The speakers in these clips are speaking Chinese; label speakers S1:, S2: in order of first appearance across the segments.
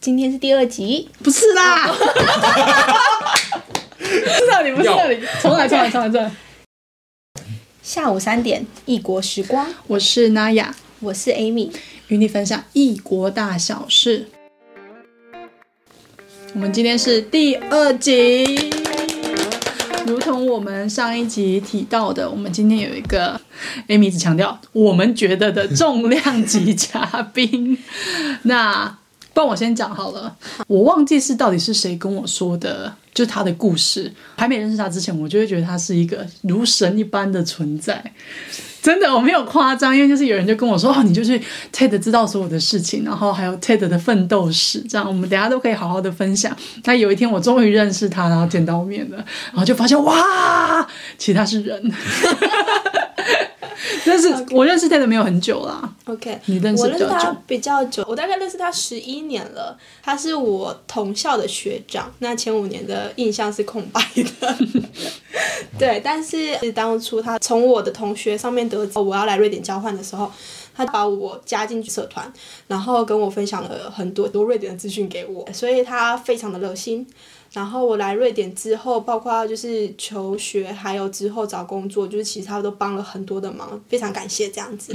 S1: 今天是第二集，
S2: 不是啦，
S3: 不 知道你不知道你，重来重来重来重来。
S1: 下午三点，异国时光，
S3: 我是 Naya，
S1: 我是 Amy。
S3: 与你分享异国大小事。我们今天是第二集，如同我们上一集提到的，我们今天有一个 Amy 一直强调我们觉得的重量级嘉宾。那不然我先讲好了，我忘记是到底是谁跟我说的，就是他的故事。还没认识他之前，我就会觉得他是一个如神一般的存在。真的，我没有夸张，因为就是有人就跟我说，哦，你就去 TED 知道所有的事情，然后还有 TED 的奋斗史，这样我们等一下都可以好好的分享。那有一天我终于认识他，然后见到面了，然后就发现哇，其实他是人。 但是 我认识 TED 没有很久啦，
S2: OK，
S3: 你认识
S2: 我
S3: 比
S2: 认识
S3: 较
S2: 他
S3: 久
S2: 比较久，我大概认识他十一年了。他是我同校的学长，那前五年的印象是空白的。 对，但是当初他从我的同学上面得知我要来瑞典交换的时候，他把我加进社团，然后跟我分享了很多多瑞典的资讯给我，所以他非常的热心。然后我来瑞典之后，包括就是求学，还有之后找工作，就是其实他都帮了很多的忙，非常感谢这样子。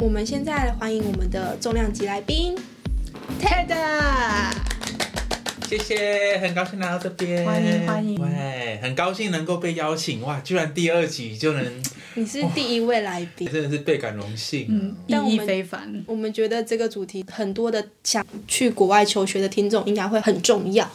S2: 我们现在欢迎我们的重量级来宾 TED。啊
S4: 谢谢，很高兴来到这边，
S3: 欢迎欢迎
S4: 喂，很高兴能够被邀请，哇，居然第二集 就能，
S2: 你是第一位来宾。
S4: 真的是倍感荣幸、啊
S3: 嗯，意
S2: 但我
S3: 义
S2: 们
S3: 非凡。
S2: 我们觉得这个主题很多的想去国外求学的听众应该会很重要，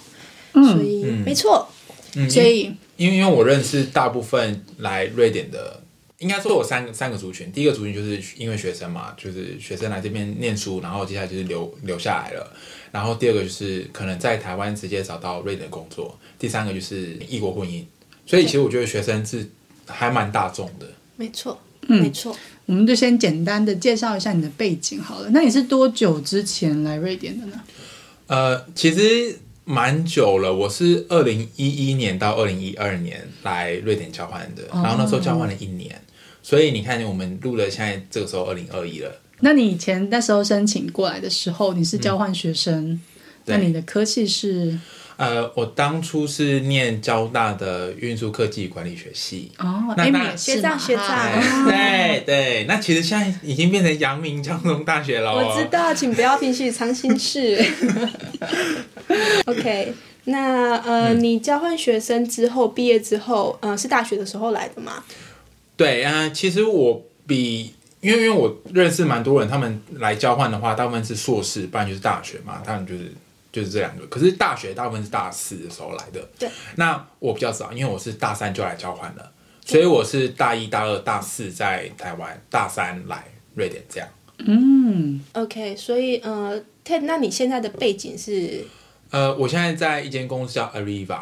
S2: 所
S3: 嗯，
S2: 以、
S4: 嗯
S2: 没错，
S4: 嗯，
S3: 所以
S4: 因为因为我认识大部分来瑞典的，应该说我三个三个族群，第一个族群就是因为学生嘛，就是学生来这边念书，然后接下来就是留留下来了。然后第二个就是可能在台湾直接找到瑞典的工作，第三个就是异国婚姻。所以其实我觉得学生是还蛮大众的。
S2: 没错，
S4: 嗯
S2: 没错。
S3: 我们就先简单的介绍一下你的背景好了。那你是多久之前来瑞典的呢？
S4: 呃，其实蛮久了，我是二零一一年到二零一二年来瑞典交换的，
S2: 哦
S4: 然后那时候交换了一年，所以你看我们录了现在这个时候二零二一了，
S3: 那你以前那时候申请过来的时候，你是交换学生，那
S4: 嗯对
S3: 你的科系是
S4: 呃，我当初是念交大的运输科技管理学系。
S3: 哦
S4: 那
S3: ，Amy
S4: 那
S3: 也是
S2: 学
S3: 嘛
S2: 长学长
S3: 哈
S4: 对对对，那其实现在已经变成阳明交通大学了哦。
S2: 我知道，请不要听信伤心事。OK，那
S4: 嗯
S2: 呃，你交换学生之后毕业之后，呃，是大学的时候来的吗？
S4: 对啊、呃其实我比，因为因为我认识蛮多人，他们来交换的话，大部分是硕士，不然就是大学嘛，他们就是就是这两个。可是大学大部分是大四的时候来的，
S2: 对。
S4: 那我比较早，因为我是大三就来交换了，所以我是大一、大二、大四在台湾，大三来瑞典这样。
S3: 嗯，
S2: OK，所以呃，Ted，那你现在的背景是
S4: 呃，我现在在一间公司叫 Arriva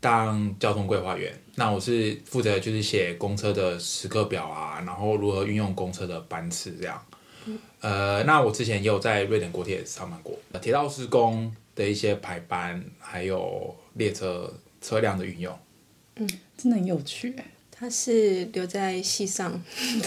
S4: 当交通规划员，那我是负责就是写公车的时刻表啊，然后如何运用公车的班次这样。呃，那我之前也有在瑞典国铁上班过，铁道施工的一些排班，还有列车车辆的运用。
S3: 真的很有趣欸。
S2: 他是留在系上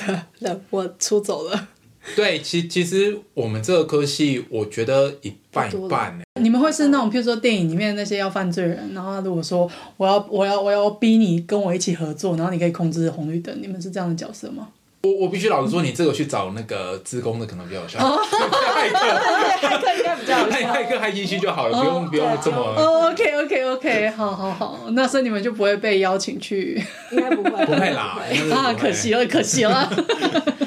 S2: 的人，我出走了。
S4: 对，其其实我们这个科系，我觉得一半一半呢、欸
S3: 你们会是那种，譬如说电影里面那些要犯罪人，然后他如果说我要我要我要逼你跟我一起合作，然后你可以控制红绿灯，你们是这样的角色 吗？
S4: 我我必须老实说，你这个去找那个资工的可能比较有效，
S3: 哦
S4: 骇客
S2: 骇客应该比较有
S4: 骇
S2: 效。
S4: 骇客骇进去就好了，不用不
S2: 对
S4: 用
S2: 啊
S4: 这么。
S3: 哦、o k OK OK，好好好，那所以你们就不会被邀请去
S2: 应该不会，
S4: 不会啦，应该是不会
S3: 啊，可惜。了，可惜哦了。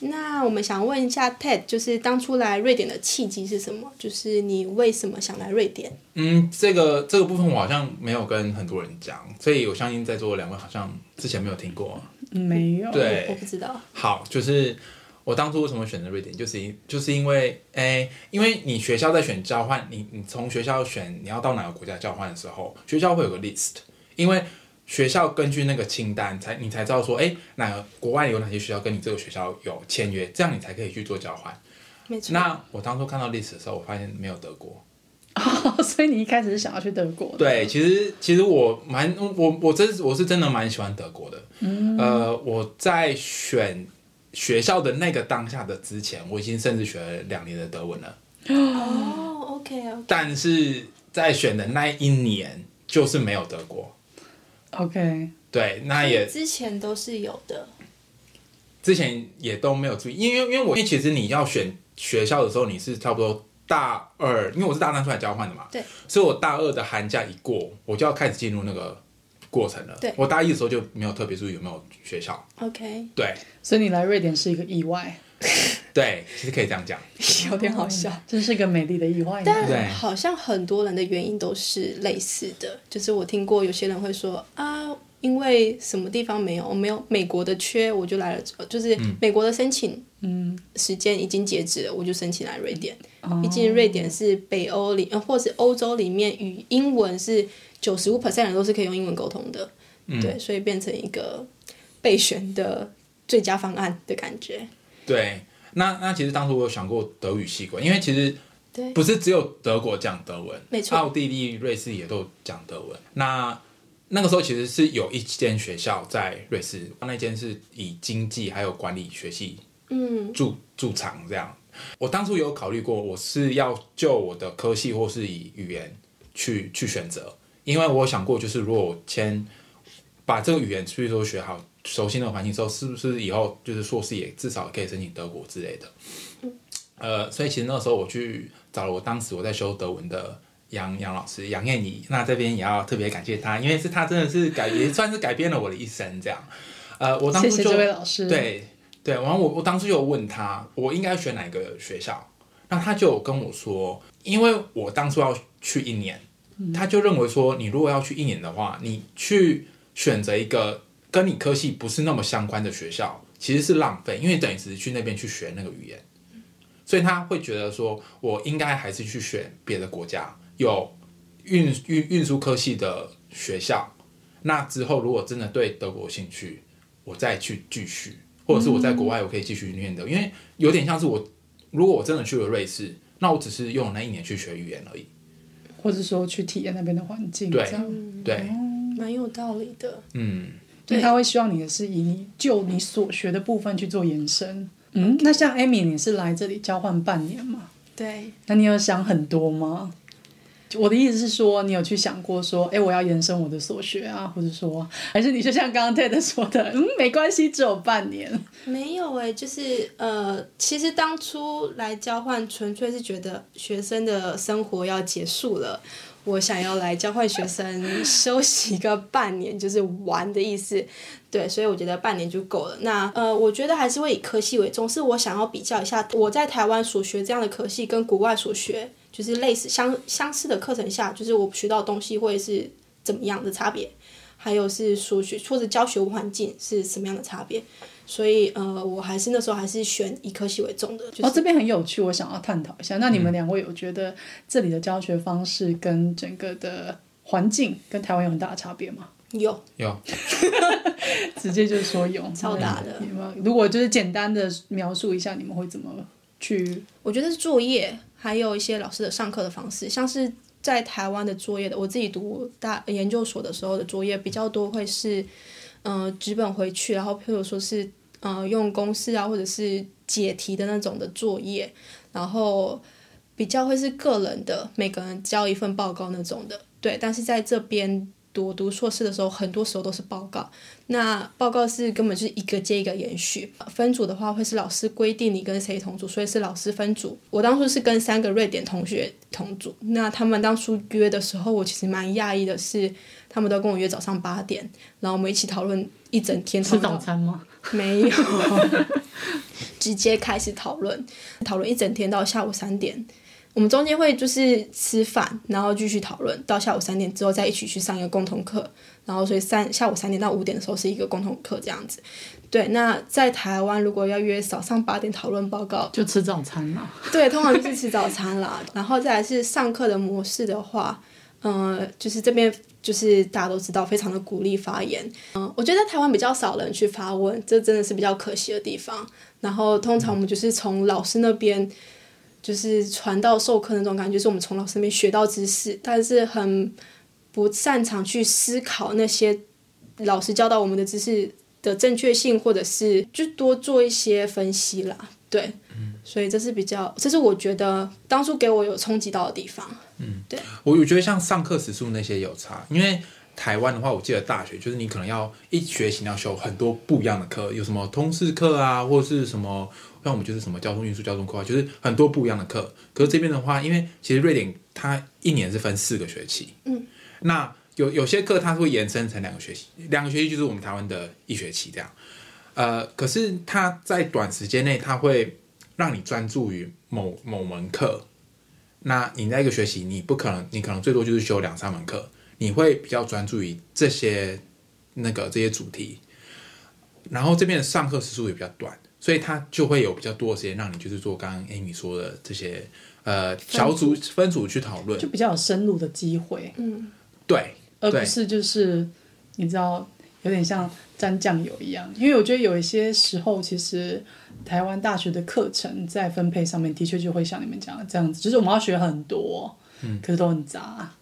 S2: 那我们想问一下 Ted，就是当初来瑞典的契机是什么？就是你为什么想来瑞典？
S4: 嗯，这个这个部分我好像没有跟很多人讲，所以我相信在座的两位好像之前没有听过。
S3: 没有，
S2: 我
S4: 对
S2: 不，知道。
S4: 好，就是我当初为什么选择瑞典，就是因就是因为，哎、因为你学校在选交换，你你从学校选你要到哪个国家交换的时候，学校会有个 list，因为学校根据那个清单才你才知道说，哎、哪个国外有哪些学校跟你这个学校有签约，这样你才可以去做交换。
S2: 没错，
S4: 那我当初看到 list 的时候，我发现没有德国。
S3: 所以你一开始是想要去德国的，
S4: 对，其实其实我蛮
S2: 嗯
S4: 我我真我是真的蛮喜欢德国的。呃，我在选学校的那个当下的之前，我已经甚至学了两年的德文了，
S2: 哦，OK OK，
S4: 但是在选的那一年就是没有德国。
S3: OK，
S4: 对，那也
S2: 之前都是有的，
S4: 之前也都没有注意，因为因为我因为其实你要选学校的时候，你是差不多大二，因为我是大三出来交换的嘛，
S2: 对，
S4: 所以我大二的寒假一过，我就要开始进入那个过程了。
S2: 对
S4: 我大一的时候就没有特别注意有没有学校，
S2: OK，
S4: 对
S3: 所以你来瑞典是一个意外，
S4: 对，其实可以这样讲，
S1: 有点好笑。
S3: 哦这是一个美丽的意外呢。
S4: 对
S2: 但好像很多人的原因都是类似的，就是我听过有些人会说啊，因为什么地方没有没有美国的缺，我就来了，就是美国的申请
S3: 嗯，
S2: 时间已经截止了，我就申请来瑞典。
S3: 哦
S2: 毕竟瑞典是北欧里，呃，或是欧洲里面语英文是九十五 percent 人都是可以用英文沟通的，
S4: 嗯，
S2: 对，所以变成一个备选的最佳方案的感觉。
S4: 对，那那其实当初我有想过德语系馆，因为其实
S2: 对
S4: 不是只有德国讲德文，
S2: 没错
S4: 奥地利、瑞士也都讲德文。那那个时候其实是有一间学校在瑞士，那间是以经济还有管理学系
S2: 嗯，
S4: 驻驻场这样。我当初有考虑过，我是要就我的科系或是以语言去去选择，因为我有想过，就是如果我先把这个语言，比如说学好，熟悉那个环境之后，是不是以后就是硕士也至少可以申请德国之类的？呃，所以其实那时候我去找了我当时我在修德文的杨杨老师杨燕妮，那这边也要特别感谢她，因为是她真的是改也算是改变了我的一生这样。呃，我当初
S3: 谢
S4: 就
S3: 谢这位老师。，
S4: 对对，然后我我当初有问他，我应该选哪个学校，那他就有跟我说，因为我当初要去一年，他就认为说，你如果要去一年的话，你去选择一个跟你科系不是那么相关的学校，其实是浪费，因为等于只是去那边去学那个语言，所以他会觉得说我应该还是去选别的国家有运运运输科系的学校。那之后，如果真的对德国有兴趣，我再去继续，或者是我在国外我可以继续念
S3: 嗯
S4: 的，因为有点像是我如果我真的去了瑞士，那我只是用那一年去学语言而已。
S3: 或者说去体验那边的环境，
S4: 对
S3: 这样。
S4: 对，
S2: 蛮有道理的。
S4: 嗯，
S3: 所
S2: 对
S3: 以他会希望你的是以你就你所学的部分去做延伸。嗯，那像 Amy，你是来这里交换半年嘛？
S2: 对，
S3: 那你有想很多吗？我的意思是说，你有去想过说，哎、我要延伸我的所学啊，或者说，还是你就像刚刚 Ted 说的，嗯，没关系，只有半年。
S2: 没有诶、就是呃，其实当初来交换，纯粹是觉得学生的生活要结束了，我想要来交换学生休息个半年，就是玩的意思。对，所以我觉得半年就够了。那呃，我觉得还是会以科系为重，是我想要比较一下我在台湾所学这样的科系跟国外所学，就是类似相相似的课程下，就是我学到的东西会是怎么样的差别，还有是所学或者教学环境是什么样的差别。所以呃，我还是那时候还是选以科系为重的，就
S3: 哦，
S2: 是
S3: 这边很有趣，我想要探讨一下。那你们两位有觉得这里的教学方式跟整个的环境跟台湾有很大的差别吗？
S2: 有
S4: 有
S3: 直接就说有，
S2: 超大的
S3: 有没有？如果就是简单的描述一下，你们会怎么去？
S2: 我觉得是作业，还有一些老师的上课的方式，像是在台湾的作业的，我自己读大研究所的时候的作业比较多会是，呃，纸本回去，然后譬如说是呃用公式啊，或者是解题的那种的作业，然后比较会是个人的，每个人交一份报告那种的，对。但是在这边读读硕士的时候，很多时候都是报告，那报告是根本就是一个接一个延续。分组的话，会是老师规定你跟谁同组，所以是老师分组。我当初是跟三个瑞典同学同组，那他们当初约的时候，我其实蛮讶异的是，他们都跟我约早上八点，然后我们一起讨论一整天。
S3: 吃早餐吗？
S2: 没有，直接开始讨论，讨论一整天到下午三点。我们中间会就是吃饭，然后继续讨论到下午三点之后再一起去上一个共同课，然后所以三下午三点到五点的时候是一个共同课这样子。对，那在台湾如果要约早上八点讨论报告，
S3: 就吃早餐嘛。
S2: 对，通常就是吃早餐啦。然后再来是上课的模式的话，呃，就是这边就是大家都知道，非常的鼓励发言。嗯、我觉得在台湾比较少人去发问，这真的是比较可惜的地方。然后通常我们就是从老师那边。就是传道授课那种感觉，是我们从老师那边学到知识，但是很不擅长去思考那些老师教到我们的知识的正确性，或者是就多做一些分析啦。对，所以这是比较，这是我觉得当初给我有冲击到的地方。
S4: 我我觉得像上课时数那些有差，因为台湾的话，我记得大学就是你可能要一学期你要修很多不一样的课，有什么通识课啊，或是什么像我们就是什么交通运输、交通规划，就是很多不一样的课。可是这边的话，因为其实瑞典它一年是分四个学期，
S2: 嗯，
S4: 那有有些课它会延伸成两个学期，两个学期就是我们台湾的一学期这样。呃，可是它在短时间内，它会让你专注于某某门课，那你那一个学期，你不可能，你可能最多就是修两三门课，你会比较专注于这些那个这些主题。然后这边的上课时数也比较短，所以它就会有比较多的时间让你就是做刚刚 Amy 说的这些呃小组分组去讨论
S3: 就，比较有深入的机会，
S2: 嗯，
S4: 对，
S3: 而不
S4: 对
S3: 是就是你知道有点像沾酱油一样，因为我觉得有一些时候其实台湾大学的课程在分配上面的确就会像你们讲的这样子，就是我们要学很多，嗯，可是都很杂，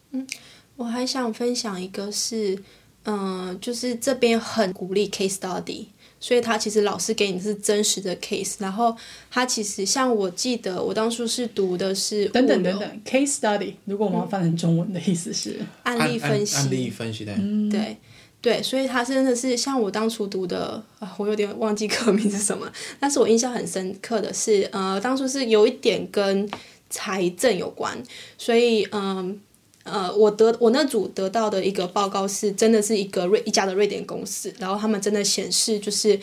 S2: 我还想分享一个是，嗯、就是这边很鼓励 case study，所以他其实老师给你是真实的 case，然后他其实像我记得我当初是读的是
S3: 等
S2: 物
S3: 等
S2: 流
S3: 等等，case study，如果我们
S2: 嗯
S3: 要翻成中文的意思是，
S2: 案例分析，
S4: 案例分析对，
S2: 对对，所以他真的是像我当初读的啊，我有点忘记课名是什么，但是我印象很深刻的是，呃，当初是有一点跟财政有关，所以嗯。呃，我得我那组得到的一个报告是，真的是一个瑞一家的瑞典公司，然后他们真的显示就是，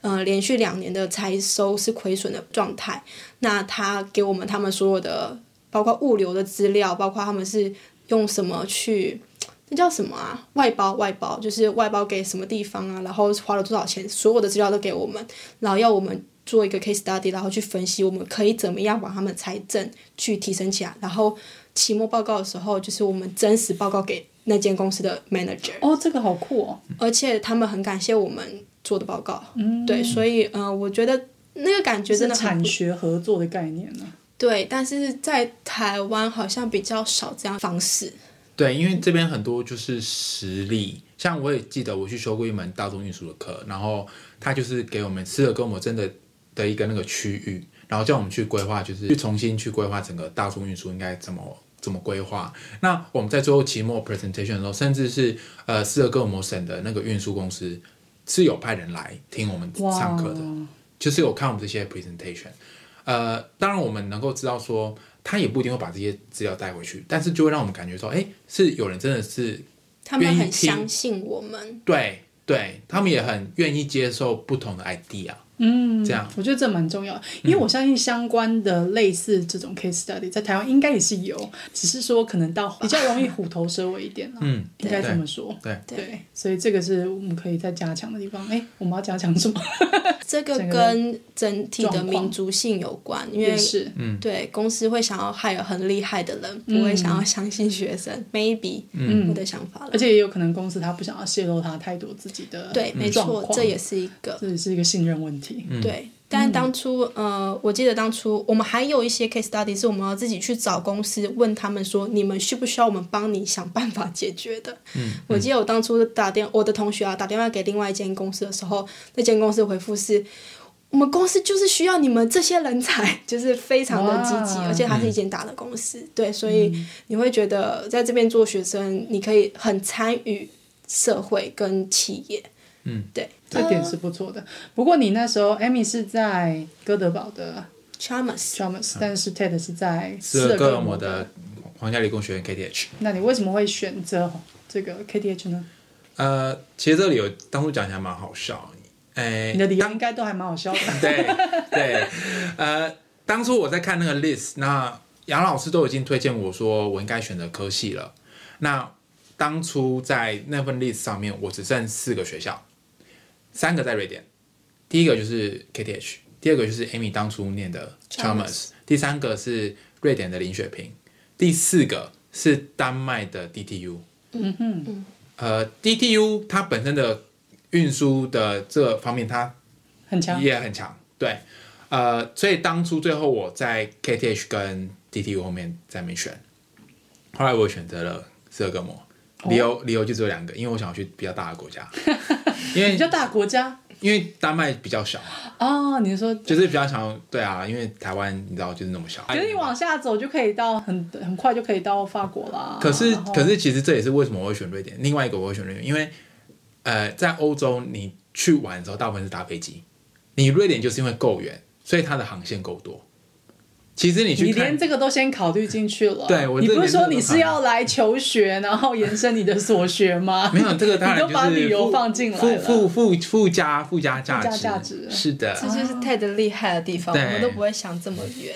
S2: 呃，连续两年的财收是亏损的状态。那他给我们他们所有的，包括物流的资料，包括他们是用什么去那叫什么啊？外包，外包就是外包给什么地方啊？然后花了多少钱？所有的资料都给我们，然后要我们做一个 case study，然后去分析我们可以怎么样把他们财政去提升起来。然后期末报告的时候，就是我们真实报告给那间公司的 manager，、
S3: 哦，这个好酷哦，
S2: 而且他们很感谢我们做的报告。嗯，对，所以嗯、呃我觉得那个感觉
S3: 是
S2: 真的很
S3: 产
S2: 不
S3: 学合作的概念呢、
S2: 对，但是在台湾好像比较少这样方式。
S4: 对，因为这边很多就是实例，像我也记得我去修过一门大众运输的课，然后他就是给我们吃了跟我们真的的一个那个区域，然后叫我们去规划，就是去重新去规划整个大众运输应该怎么。怎么规划？那我们在最后期末 presentation 的时候，甚至是呃，斯德哥尔摩省的那个运输公司是有派人来听我们
S3: 哇，
S4: 上课的，就是有看我们这些 presentation。呃，当然我们能够知道说，他也不一定会把这些资料带回去，但是就会让我们感觉说，哎，是有人真的是
S2: 他们
S4: 愿意
S2: 很
S4: 听
S2: 相信我 们，
S4: 对对，他们也很愿意接受不同的 idea。嗯，这样
S3: 我觉得这蛮重要，因
S4: 嗯
S3: 为我相信相关的类似这种 case study 在台湾应该也是有，只是说可能到比较容易虎头蛇尾一点啦。
S4: 嗯，
S3: 应该这么说。
S4: 对
S2: 对
S3: 对，所以这个是我们可以再加强的地方。哎，我们要加强什么？
S2: 这个
S3: 整个
S2: 跟整体的
S3: 状况
S2: 民族性有关， 因为
S3: 也是，嗯
S2: 对公司会想要害有很厉害的人，不会想要相信学生。Maybe，我
S3: 嗯
S2: 的想法了
S3: 而。且也有可能公司他不想要泄露他太多自己的
S2: 对，没
S3: 状
S2: 错，
S3: 况
S2: 这也是一个
S3: 这也是一个信任问题。
S4: 嗯
S2: 对。但当初，呃，我记得当初我们还有一些 case study 是我们要自己去找公司问他们说，你们需不需要我们帮你想办法解决的？嗯，我记得我当初打电，我的同学啊打电话给另外一间公司的时候，那间公司回复是。我们公司就是需要你们这些人才，就是非常的积极，
S3: 哇
S2: 而且它是一间大的公司，对，所以你会觉得在这边做学生，你可以很参与社会跟企业，嗯，对，
S3: 这点是不错的。不过你那时候，Amy 是在哥德堡的
S2: Chalmers，
S3: Chalmers，但是 Ted 是在
S4: 斯德嗯哥尔摩
S3: 斯德
S4: 的皇家理工学院 KTH。
S3: 那你为什么会选择这个 KTH 呢？
S4: 呃，其实这里有当初讲起来蛮好笑，哎，
S3: 你的理由应该都还蛮好笑的。
S4: 对对，呃，当初我在看那个 list，那杨老师都已经推荐我说我应该选择科系了。那当初在那份 list 上面，我只剩四个学校，三个在瑞典，第一个就是 KTH，第二个就是 Amy 当初念的
S2: Chalmers
S4: Chalmers，第三个是瑞典的林雪平，第四个是丹麦的 DTU。呃，DTU 它本身的运输的这方面，它
S3: 很强。
S4: 也很强，对，呃，所以当初最后我在 KTH 跟 DTU 后面在那边选，后来我选择了斯德
S3: 哦
S4: 哥尔摩，理由、理由就只有两个，因为我想要去比较大的国家，因为
S3: 比较大的国家，
S4: 因为丹麦比较小，
S3: 哦，你说，
S4: 就是比较想对啊，因为台湾你知道就是那么小，
S3: 可是你往下走就可以到很很快就可以到法国啦。
S4: 可是
S3: 哦然后
S4: 可是其实这也是为什么我会选瑞典，另外一个我会选瑞典，因为呃，在欧洲你去玩的时候，大部分是搭飞机，你瑞典就是因为够远，所以它的航线够多。其实你去
S3: 你
S4: 看，
S3: 连这个都先考虑进去了。
S4: 对我
S3: 你
S4: 这
S3: 不是
S4: 连这
S3: 说
S4: 个
S3: 你
S4: 都
S3: 是
S4: 考虑
S3: 要来求学，然后延伸你的所学吗？
S4: 没有这个当然
S3: 你
S4: 就
S3: 都把
S4: 是
S3: 旅游
S4: 附
S3: 放进来
S4: 附
S3: 了
S4: 附附附加附加价值，
S3: 附加价值
S4: 是的，
S1: 这就是 TED 厉害的地方，我
S4: 对
S1: 们都不会想这么远。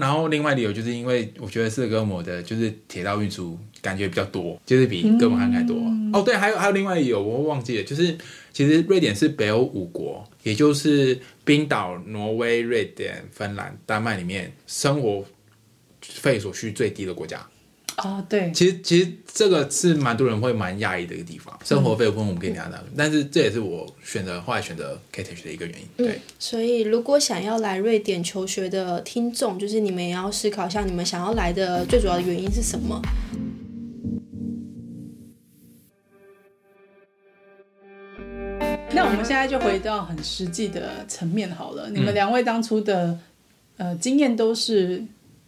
S4: 然后另外理由就是因为我觉得斯德哥尔摩的就是铁道运输感觉比较多，就是比哥本哈根还多。
S2: 嗯
S4: 哦，对，还有还有另外一个理由我忘记了，就是其实瑞典是北欧五国，也就是冰岛、挪威、瑞典、芬兰、丹麦里面生活费所需最低的国家。
S3: 哦，对，
S4: 其实其实这个是蛮多人会蛮讶异的一个地方，生活费的部分我们可以聊聊，
S2: 嗯
S4: 但是这也是我选择后来选择 KTH 的一个原因。对，
S2: 嗯所以，如果想要来瑞典求学的听众，就是你们也要思考一下，你们想要来的最主要的原因是什么。
S3: 那我们现在就回到很实际的层面好了。你们两位当初的呃经验都是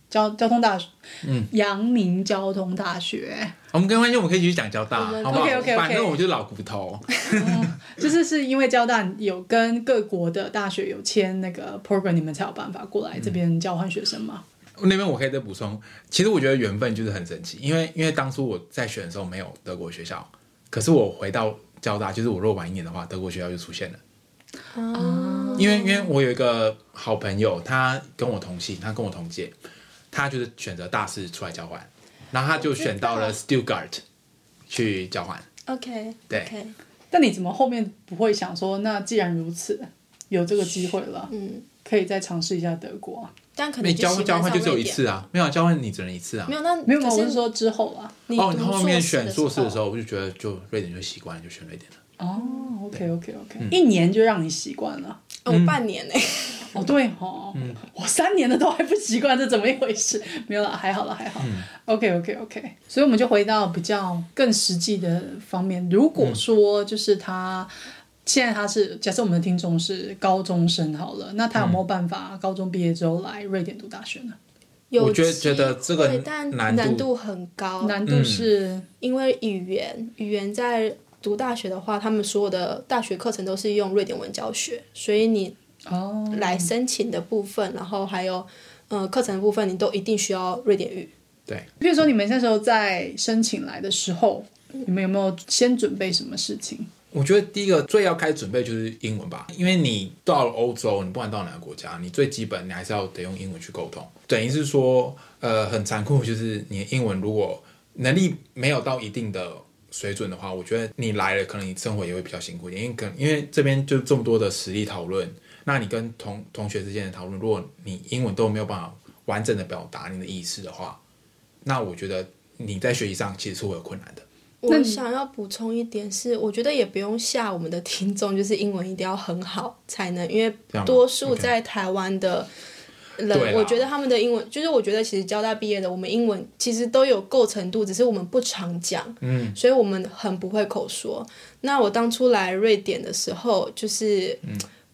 S3: 交交通大学，
S4: 嗯，
S3: 阳明交通大学，
S4: 我们跟关系我们可以继续讲交大，
S2: 我们
S4: 好不好
S3: OK，OK，OK
S4: 反正我就是老骨头。
S3: 就是是因为交大有跟各国的大学有签那个 program，你们才有办法过来这边交换学生嘛。
S4: 那边我可以再补充，其实我觉得缘分就是很神奇，因为因为当初我在选的时候没有德国学校，可是我回到交大，就是我若晚一年的话，德国学校就出现了。
S2: 啊，
S4: 因为因为我有一个好朋友，他跟我同系，他跟我同届，他就是选择大四出来交换，然后他就选到
S2: 哦
S4: 了 Stuttgart 去交换。
S2: OK，
S4: 对
S2: o k
S3: 但你怎么后面不会想说，那既然如此，有这个机会了，
S2: 嗯，
S3: 可以再尝试一下德国啊？
S2: 但可
S4: 没
S2: 能
S4: 交
S2: 就喜欢
S4: 交换就
S2: 上
S4: 只有
S2: 瑞
S4: 一
S2: 典，
S4: 次啊，没有交换你只能一次啊
S2: 没。有那
S3: 没有，没有
S2: 可
S3: 我
S2: 是
S3: 是说之后啦。
S2: 你
S4: 哦，
S2: 读
S4: 你后面
S2: 硕
S4: 选硕士的时
S2: 候，哦
S4: 候，我就觉得就瑞典就习惯了，就选瑞典了。
S2: 嗯
S3: 哦，OK OK OK，、一年就让你习惯了。
S2: 哦
S4: 嗯
S2: 我半年 呢、
S3: 哦，对哦，我三年的都还不习惯，这怎么一回事？没有啦，还好啦，还好。OK OK OK，所以我们就回到比较更实际的方面。如果说就是他、现在他是假设我们的听众是高中生好了，那他有没有办法高中毕业之后来瑞典读大学呢？
S2: 有
S4: 我觉得
S2: 机会
S4: 觉得这个
S2: 但
S4: 难度
S2: 度很高，
S3: 难度是、
S2: 因为语言，语言在读大学的话，他们所有的大学课程都是用瑞典文教学，所以你
S4: 嗯
S3: 哦，
S2: 来申请的部分，然后还有呃课程的部分，你都一定需要瑞典语。
S4: 对，
S3: 比如说你们那时候在申请来的时候，你们有没有先准备什么事情？
S4: 我觉得第一个最要开始准备就是英文吧，因为你到了欧洲，你不管到哪个国家，你最基本你还是要得用英文去沟通。等于是说，呃，很残酷，就是你的英文如果能力没有到一定的水准的话，我觉得你来了，可能你生活也会比较辛苦一点，因为可能因为这边就这么多的实力讨论，那你跟同同学之间的讨论，如果你英文都没有办法完整的表达你的意思的话，那我觉得你在学习上其实是会有困难的。
S2: 我想要补充一点是，我觉得也不用吓我们的听众，就是英文一定要很好才能，因
S4: 这
S2: 为
S4: 样吗
S2: 多数
S4: OK
S2: 在台湾的
S4: 对
S2: 人，
S4: 啦
S2: 我觉得他们的英文，就是我觉得其实交大毕业的，我们英文其实都有够程度，只是我们不常讲，
S4: 嗯，
S2: 所以我们很不会口说。那我当初来瑞典的时候，就是。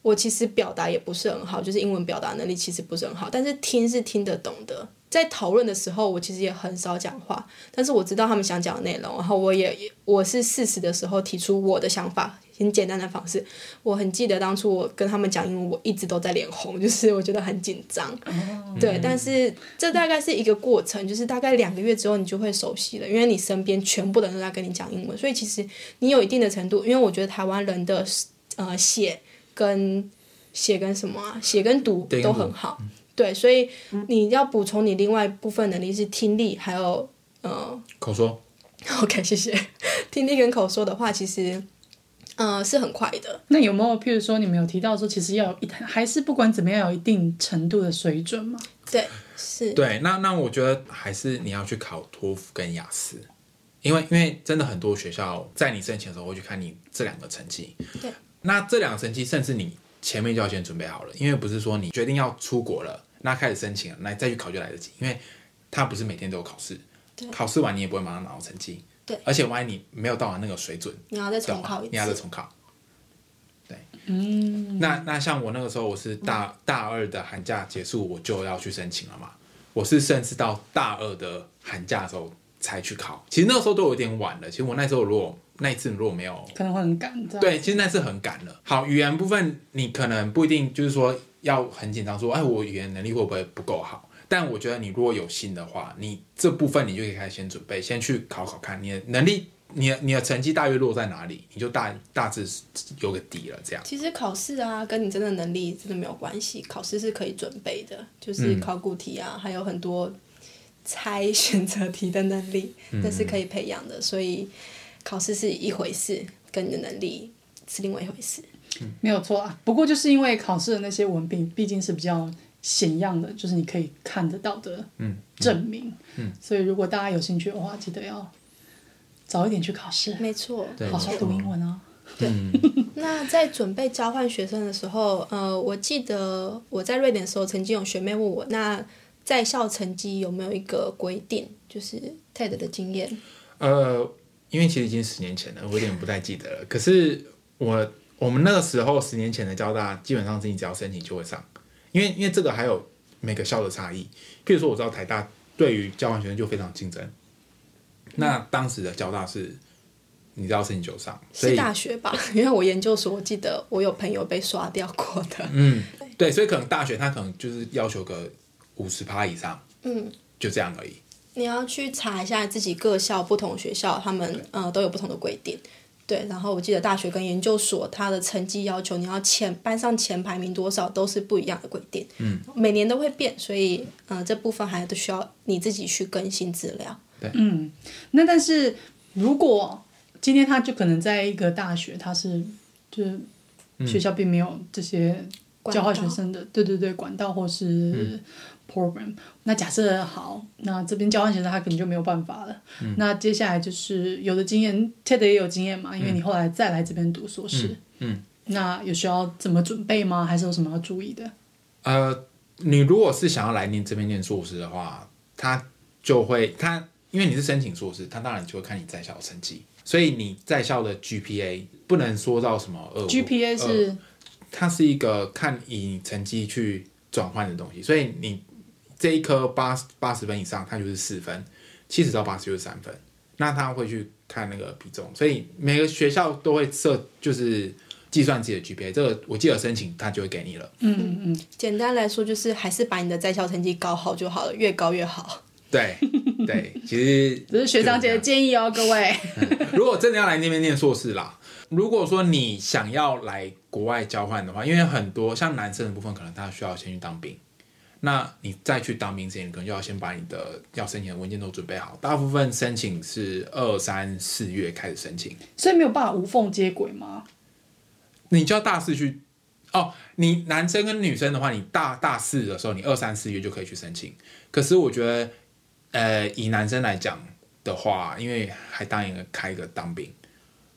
S2: 我其实表达也不是很好，就是英文表达能力其实不是很好，但是听是听得懂的。在讨论的时候，我其实也很少讲话，但是我知道他们想讲的内容，然后我也我是适时的时候提出我的想法，很简单的方式。我很记得当初我跟他们讲英文，我一直都在脸红，就是我觉得很紧张。
S4: 嗯
S2: 对，但是这大概是一个过程，就是大概两个月之后你就会熟悉了，因为你身边全部的人都在跟你讲英文，所以其实你有一定的程度，因为我觉得台湾人的呃写跟写跟什么啊，写跟读
S4: 对
S2: 都
S4: 跟读嗯
S2: 很好。对，所以你要补充你另外一部分能力是听力，还有呃
S4: 口说，
S2: ，OK，谢谢。听力跟口说的话，其实呃是很快的。
S3: 那有没有，譬如说，你们有提到说，其实要有一，还是不管怎么样，有一定程度的水准嘛？
S2: 对，是。
S4: 对，那那我觉得还是你要去考托福跟雅思，因为因为真的很多学校在你申请的时候会去看你这两个成绩。
S2: 对。
S4: 那这两个成绩，甚至你前面就要先准备好了，因为不是说你决定要出国了，那开始申请了，那再去考就来得及，因为它不是每天都有考试
S2: 对，
S4: 考试完你也不会马上拿到成绩。
S2: 对
S4: 啊而且万一你没有到达那个水准，
S2: 你要再重考一次
S4: 你要再重考。对，嗯，那那像我那个时候，我是大大二的寒假结束，我就要去申请了嘛。我是甚至到大二的寒假的时候才去考，其实那个时候都有点晚了。其实我那时候如果那一次如果没有
S3: 可能会很赶，这样，
S4: 对，其实那是很赶了。好，语言部分你可能不一定就是说要很紧张，说哎，我语言能力会不会不够好？但我觉得你如果有心的话，你这部分你就可以开始先准备，先去考考看你的能力，你的你的成绩大约落在哪里，你就大大致有个底了。这样，
S2: 其实考试啊，跟你真的能力真的没有关系，考试是可以准备的，就是考古题啊，还有很多猜 选择题的能力，那是可以培养的。所以考试是一回事，跟你的能力是另外一回事。
S3: 没有错啊。不过就是因为考试的那些文凭，毕竟是比较显样的，就是你可以看得到的
S4: 嗯，
S3: 证明，
S4: 嗯
S3: 所以如果大家有兴趣的话，记得要早一点去考试，
S2: 没错，
S4: 对，
S3: 好好
S4: 没错
S3: 读英文啊。
S2: 那在准备交换学生的时候，呃，我记得我在瑞典的时候，曾经有学妹问我，那在校成绩有没有一个规定，就是 TED 的经验？
S4: 呃，因为其实已经十年前了，我有点不太记得了。可是我我们那个时候十年前的交大，基本上是你只要申请就会上，因为因为这个还有每个校的差异。譬如说，我知道台大对于交换学生就非常竞争，那
S2: 嗯
S4: 当时的交大是你只要申请就上，所
S2: 是
S4: 以
S2: 大学吧？ 因为我研究所，我记得我有朋友被刷掉过的。
S4: 嗯，对，所以可能大学他可能就是要求个五十趴以上，
S2: 嗯，
S4: 就这样而已。
S2: 你要去查一下自己各校不同学校，他们呃都有不同的规定。对，然后我记得大学跟研究所，它的成绩要求你要前班上前排名多少都是不一样的规定，嗯，每年都会变，所以呃这部分还都需要你自己去更新资料。
S3: 嗯，那但是如果今天他就可能在一个大学，他是就是
S4: 嗯
S3: 学校并没有这些
S2: 管
S3: 交
S2: 道
S3: 换学生的，对对对，管道或
S4: 嗯
S3: 是 program。那假设好，那这边交换学生他可能就没有办法了。
S4: 嗯
S3: 那接下来就是有的经验，TED 也有经验嘛，因为你后来再来这边读硕士，
S4: 嗯嗯
S3: 那有需要怎么准备吗？还是有什么要注意的？
S4: 呃，你如果是想要来念这边念硕士的话，他就会他因为你是申请硕士，他当然就会看你在校的成绩，所以你在校的 GPA 不能说到什么二五
S3: GPA
S4: 呃
S3: 是
S4: 它是一个看以成绩去转换的东西，所以你这一科八八十分以上，它就是四分；七十到八十就是三分。那他会去看那个比重，所以每个学校都会设就是计算自己的 GPA，这个我记得申请他就会给你了。
S2: 简单来说就是还是把你的在校成绩搞好就好了，越高越好。
S4: 对 对，其实
S3: 只是学长姐的
S4: 就
S3: 建议哦，各位。
S4: 这样如果真的要来那边念硕士啦，如果说你想要来国外交换的话，因为很多像男生的部分，可能他需要先去当兵。那你再去当兵之前，你可能就要先把你的要申请的文件都准备好。大部分申请是二三四月开始申请，
S3: 所以没有办法无缝接轨吗？
S4: 你就要大四去哦。你男生跟女生的话，你大大四的时候，你二三四月就可以去申请。可是我觉得，呃，以男生来讲的话，因为还当一个开一个当兵，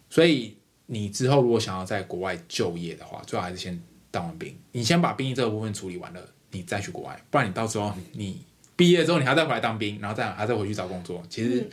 S4: 所以你之后如果想要在国外就业的话，最好还是先当完兵。你先把兵役这个部分处理完了，你再去国外，不然你到时候你毕业之后，你还要再回来当兵，然后再还要再回去找工作，其实。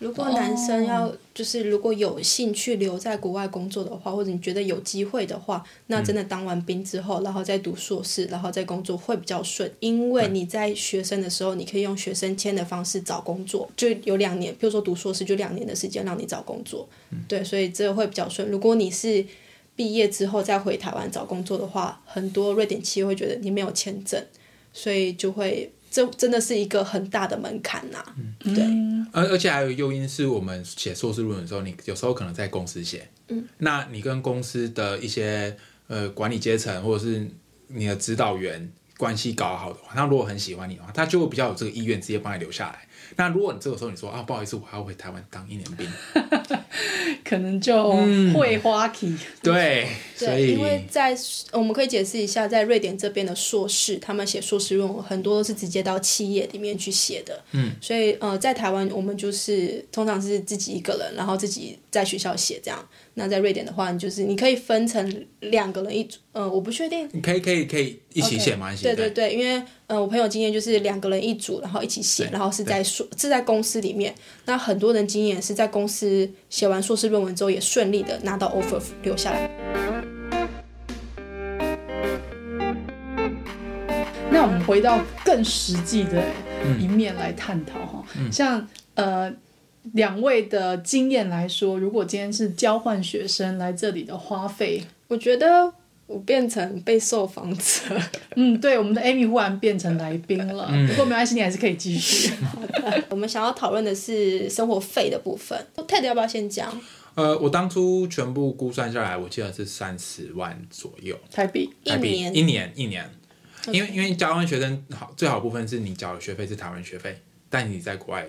S2: 如果男生要就是如果有兴趣留在国外工作的话，或者你觉得有机会的话，那真的当完兵之后，然后再读硕士，然后再工作会比较顺，因为你在学生的时候，你可以用学生签的方式找工作，就有两年，比如说读硕士就两年的时间让你找工作，对，所以这会比较顺。如果你是毕业之后再回台湾找工作的话，很多瑞典企业会觉得你没有签证，所以就会这真的是一个很大的门槛呐、对。
S4: 而而且还有诱因是我们写硕士论文的时候，你有时候可能在公司写，嗯，那你跟公司的一些呃管理阶层或者是你的指导员关系搞好的话，他如果很喜欢你的话，他就会比较有这个意愿直接帮你留下来。那如果你这个时候你说啊不好意思，我还要回台湾当一年 兵，
S3: 可能就
S4: 嗯
S3: 会花期、
S4: 对，所
S2: 对，因为
S4: 以
S2: 在我们可以解释一下，在瑞典这边的硕士，他们写硕士论文很多都是直接到企业里面去写的。嗯，所以呃，在台湾我们就是通常是自己一个人，然后自己在学校写这样。那在瑞典的话，你就是你可以分成两个人一组，呃，我不确定。
S4: 你可以可以可以一起写嘛，一起
S2: 对对对，因为呃，我朋友经验就是两个人一组，然后一起写
S4: 对，
S2: 然后是在硕是在公司里面。那很多人经验是在公司写完硕士论文之后，也顺利的拿到 offer 留下来。
S3: 那我们回到更实际的
S4: 嗯
S3: 一面来探讨哈，
S4: 嗯
S3: 像呃两位的经验来说，如果今天是交换学生来这里的花 费，
S2: 我觉得我变成被受访者，
S3: 嗯，对，我们的 Amy 忽然变成来宾了，
S4: 嗯
S3: 不过没关系，你还是可以继 续。
S2: 我们想要讨论的是生活费的部分。Ted 要不要先讲？
S4: 呃，我当初全部估算下来，我记得是三十万左右
S3: 台币，
S2: 一
S4: 台币，
S2: 年
S4: 一年一年。因为因为交换学生好最好的部分是你缴的学费是台湾学费，但你在国外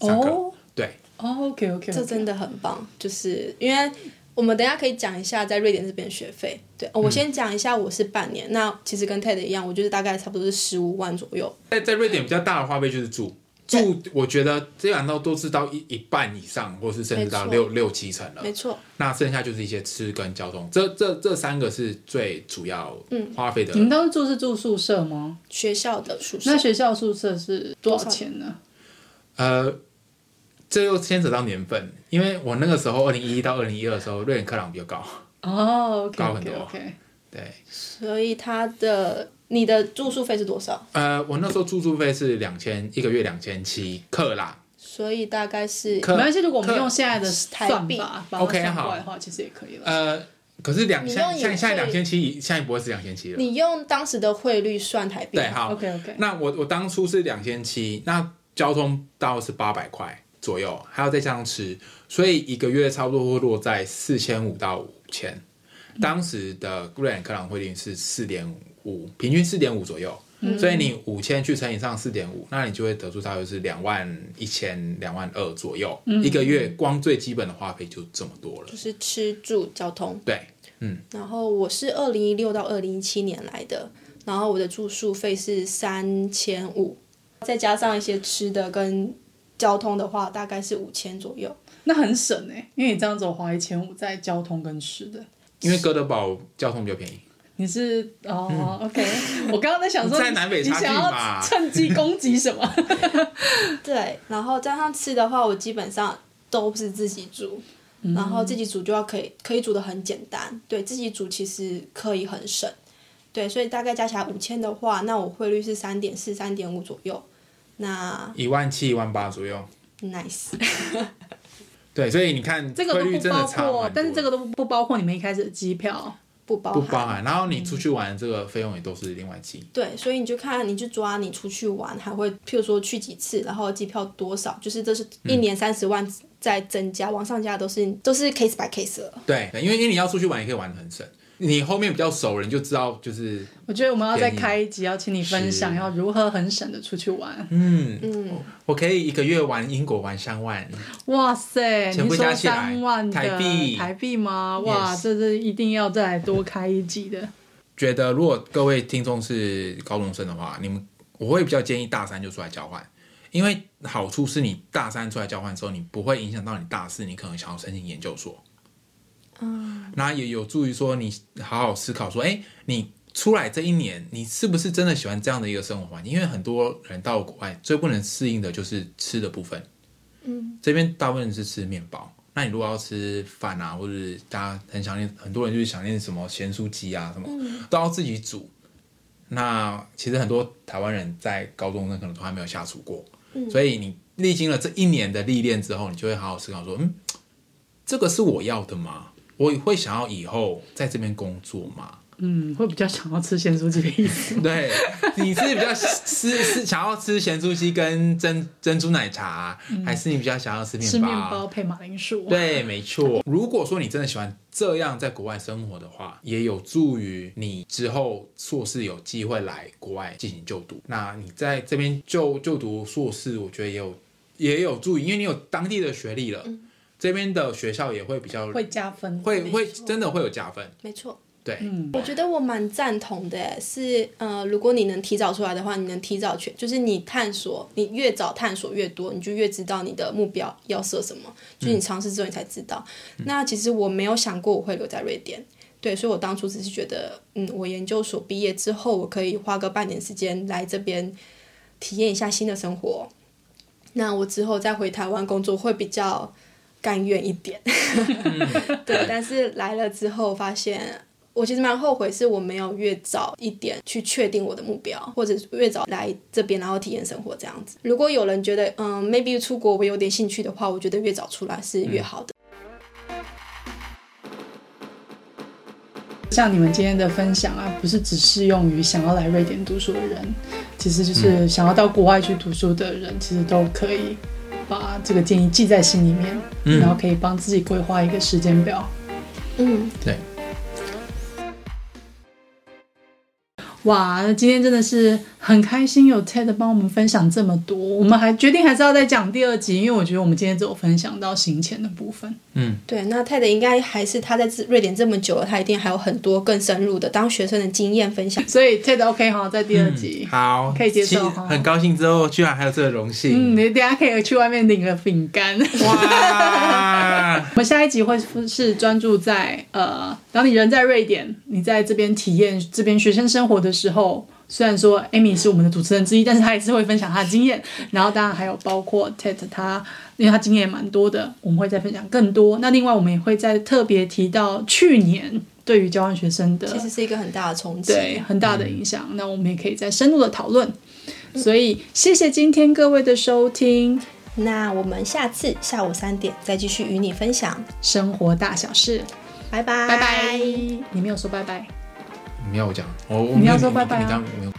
S4: 上课，
S3: 哦
S4: 对，
S3: 哦，OK OK，
S2: 这真的很棒，就是因为我们等一下可以讲一下在瑞典这边的学费。对，哦我先讲一下我是半年，那其实跟 Ted 一样，我就是大概差不多是十五万左右。
S4: 在在瑞典比较大的花费就是住。住，我觉得基本上都都是到一一半以上，或是甚至到
S2: 没错
S4: 六六七成了。
S2: 没错，
S4: 那剩下就是一些吃跟交通，这这这三个是
S2: 嗯
S4: 最主要花费的。
S3: 你们当时住是住宿舍吗？
S2: 学校的宿舍
S3: 那学校宿舍是多少钱呢？
S4: 呃，这又牵扯到年份，因为我那个时候二零一一到二零一二的时候，瑞典克朗比较高，
S3: 哦，OK
S4: 高很多
S3: OK OK，
S4: 对。
S2: 所以他的你的住宿费是多少？
S4: 呃，我那时候住宿费是两千，一个月两千七克啦。
S2: 所以大概是
S4: 克
S3: 没关系，如果我们
S4: 克
S3: 用现在的
S2: 台
S3: 算
S2: 币
S3: 法把它
S4: OK，
S3: 算过
S4: 好
S3: 来的话，其实也可以了。
S4: 呃，可是两
S2: 你
S4: 现
S2: 用
S4: 在
S2: 你
S4: 现在两
S2: 会
S4: 千七，现在不会是两千七了。
S2: 你用当时的汇率算台币。
S4: 对，好。
S3: OK OK，
S4: 那我我当初是两千七，那交通到是八百块左右，还要再加上吃，所以一个月差不多会落在四千五到五千。当时的瑞典克朗汇率是四点五，平均四点五左右，所以你五千去乘以上四点五，那你就会得出大约是两万一千、两万二左右，一个月光最基本的花费就这么多了
S2: 就。是吃住交通。
S4: 对，
S2: 然后我是二零一六到二零一七年来的，然后我的住宿费是三千五，再加上一些吃的跟交通的话，大概是五千左右。
S3: 那很省哎、因为你这样子我花一千五在交通跟吃的。
S4: 因为哥德堡交通比较便宜，
S3: 你是哦、o k 我刚刚在想说
S4: 嗯在
S3: 你
S4: 南北
S3: 你
S4: 差距
S3: 想要
S4: 嘛
S3: 趁机攻击什 么？
S2: 对，然后加上吃的话，我基本上都是自己煮，然后自己煮就要可以可以煮的很简单，对自己煮其实可以很省，对，所以大概加起来五千的话，那我汇率是三点四、三点五左右，那
S4: 一万七、一万八左右。
S2: nice。
S4: 对，所以你看
S3: 这个
S4: 汇
S3: 都
S4: 率
S3: 不
S4: 真的
S3: 包
S4: 差蛮多
S3: 括
S4: 的，
S3: 但是这个都不包括你们一开始的机票。
S2: 不包
S4: 不
S2: 含
S4: 包含。然后
S3: 嗯
S4: 你出去玩这个费用也都是另外计。
S2: 对，所以你就看，你就抓你出去玩，还会譬如说去几次，然后机票多少，就是这是一年三十万在增加，往上加都是都是 case by case
S3: 哦
S2: 了。
S4: 对，因为因为你要出去玩也可以玩得很省，你后面比较熟了，你就知道就是
S3: 我觉得我们要再
S4: 便宜
S3: 开一集，要请你分享
S4: 是
S3: 要如何很省的出去玩。
S4: 嗯嗯，我可以一个月玩英国玩三万，
S3: 哇塞，
S4: 全
S3: 你
S4: 部加
S3: 说
S4: 起来
S3: 三万的
S4: 台币
S3: 台币吗？哇
S4: Yes
S3: 这是一定要再多开一集的。
S4: 觉得如果各位听众是高中生的话，你们我会比较建议大三就出来交换，因为好处是你大三出来交换之后，你不会影响到你大四，你可能想要申请研究所。嗯，那也有助于说你好好思考说，哎、你出来这一年，你是不是真的喜欢这样的一个生活环境？因为很多人到了国外最不能适应的就是吃的部分。嗯，这边大部分人是吃面包。那你如果要吃饭啊，或者是大家很想念，很多人就是想念什么咸酥鸡啊，什么、
S3: 嗯
S4: 都要自己煮。那其实很多台湾人在高中生可能都还没有下厨过，
S3: 嗯
S4: 所以你历经了这一年的历练之后，你就会好好思考说，嗯，这个是我要的吗？我会想要以后在这边工作 吗？
S3: 嗯，会比较想要吃咸酥鸡的意思。
S4: 对，你是比较吃是想要吃咸酥鸡跟珍珍珠奶茶，还是你比较想要吃面
S3: 嗯吃面包配马铃薯。，
S4: 对，没错。如果说你真的喜欢这样在国外生活的话，也有助于你之后硕士有机会来国外进行就读。那你在这边就就读硕士，我觉得也有也有助于，因为你有当地的学历了，这边的学校也会比较
S3: 嗯会加分。嗯
S4: 会会
S2: 没错
S4: 真的会有加分。
S2: 没错，
S4: 对，
S2: 我觉得我蛮赞同的耶，是呃，如果你能提早出来的话，你能提早去，就是你探索，你越早探索越多，你就越知道你的目标要设什么，就是你尝试之后你才知道。那其实我没有想过我会留在瑞典。对，所以我当初只是觉得，嗯，我研究所毕业之后，我可以花个半年时间来这边体验一下新的生活。那我之后再回台湾工作会比较甘愿一点。对，但是来了之后发现，我其实蛮后悔，是我没有越早一点去确定我的目标，或者是越早来这边，然后体验生活这样子。如果有人觉得，嗯，maybe 出国我有点兴趣的话，我觉得越早出来是
S3: 嗯
S2: 越好的。
S3: 像你们今天的分享啊，不是只适用于想要来瑞典读书的人，其实就是想要到国外去读书的人，其实都可以把这个建议记在心里面，
S4: 嗯
S3: 然后可以帮自己规划一个时间表。
S2: 嗯
S4: 对，
S3: 哇，那今天真的是很开心，有 TED 帮我们分享这么多，我们还决定还是要再讲第二集，因为我觉得我们今天只有分享到行前的部分。
S4: 嗯，
S2: 对，那泰德应该还是他在这瑞典这么久了，他一定还有很多更深入的当学生的经验分享。
S3: 所以 TED OK 哈，在第二集。
S4: 嗯好，
S3: 可以接受
S4: 其实
S3: 哈
S4: 很高兴之后居然还有这个荣
S3: 嗯，
S4: 幸，
S3: 你等一下可以去外面领个饼干。
S4: 哇，
S3: 我们下一集会是专注在呃，当你人在瑞典，你在这边体验这边学生生活的时候，虽然说 Amy 是我们的主持人之一，但是她也是会分享她的经验。然后当然还有包括 Ted 他，因为他经验也蛮多的，我们会再分享更多。那另外我们也会再特别提到去年对于交换学生的
S2: 其实是一个很大的冲击。
S3: 对，很大的影响。那我们也可以再深入的讨论。所以谢谢今天各位的收听，《
S1: 那我们下次下午三点再继续与你分享，
S3: 生活大小事》，
S1: 拜拜，
S3: 拜拜。你没有说拜拜。
S4: 没有讲，我我
S3: 你要
S4: 没有
S3: 说拜拜啊
S4: 你刚刚没有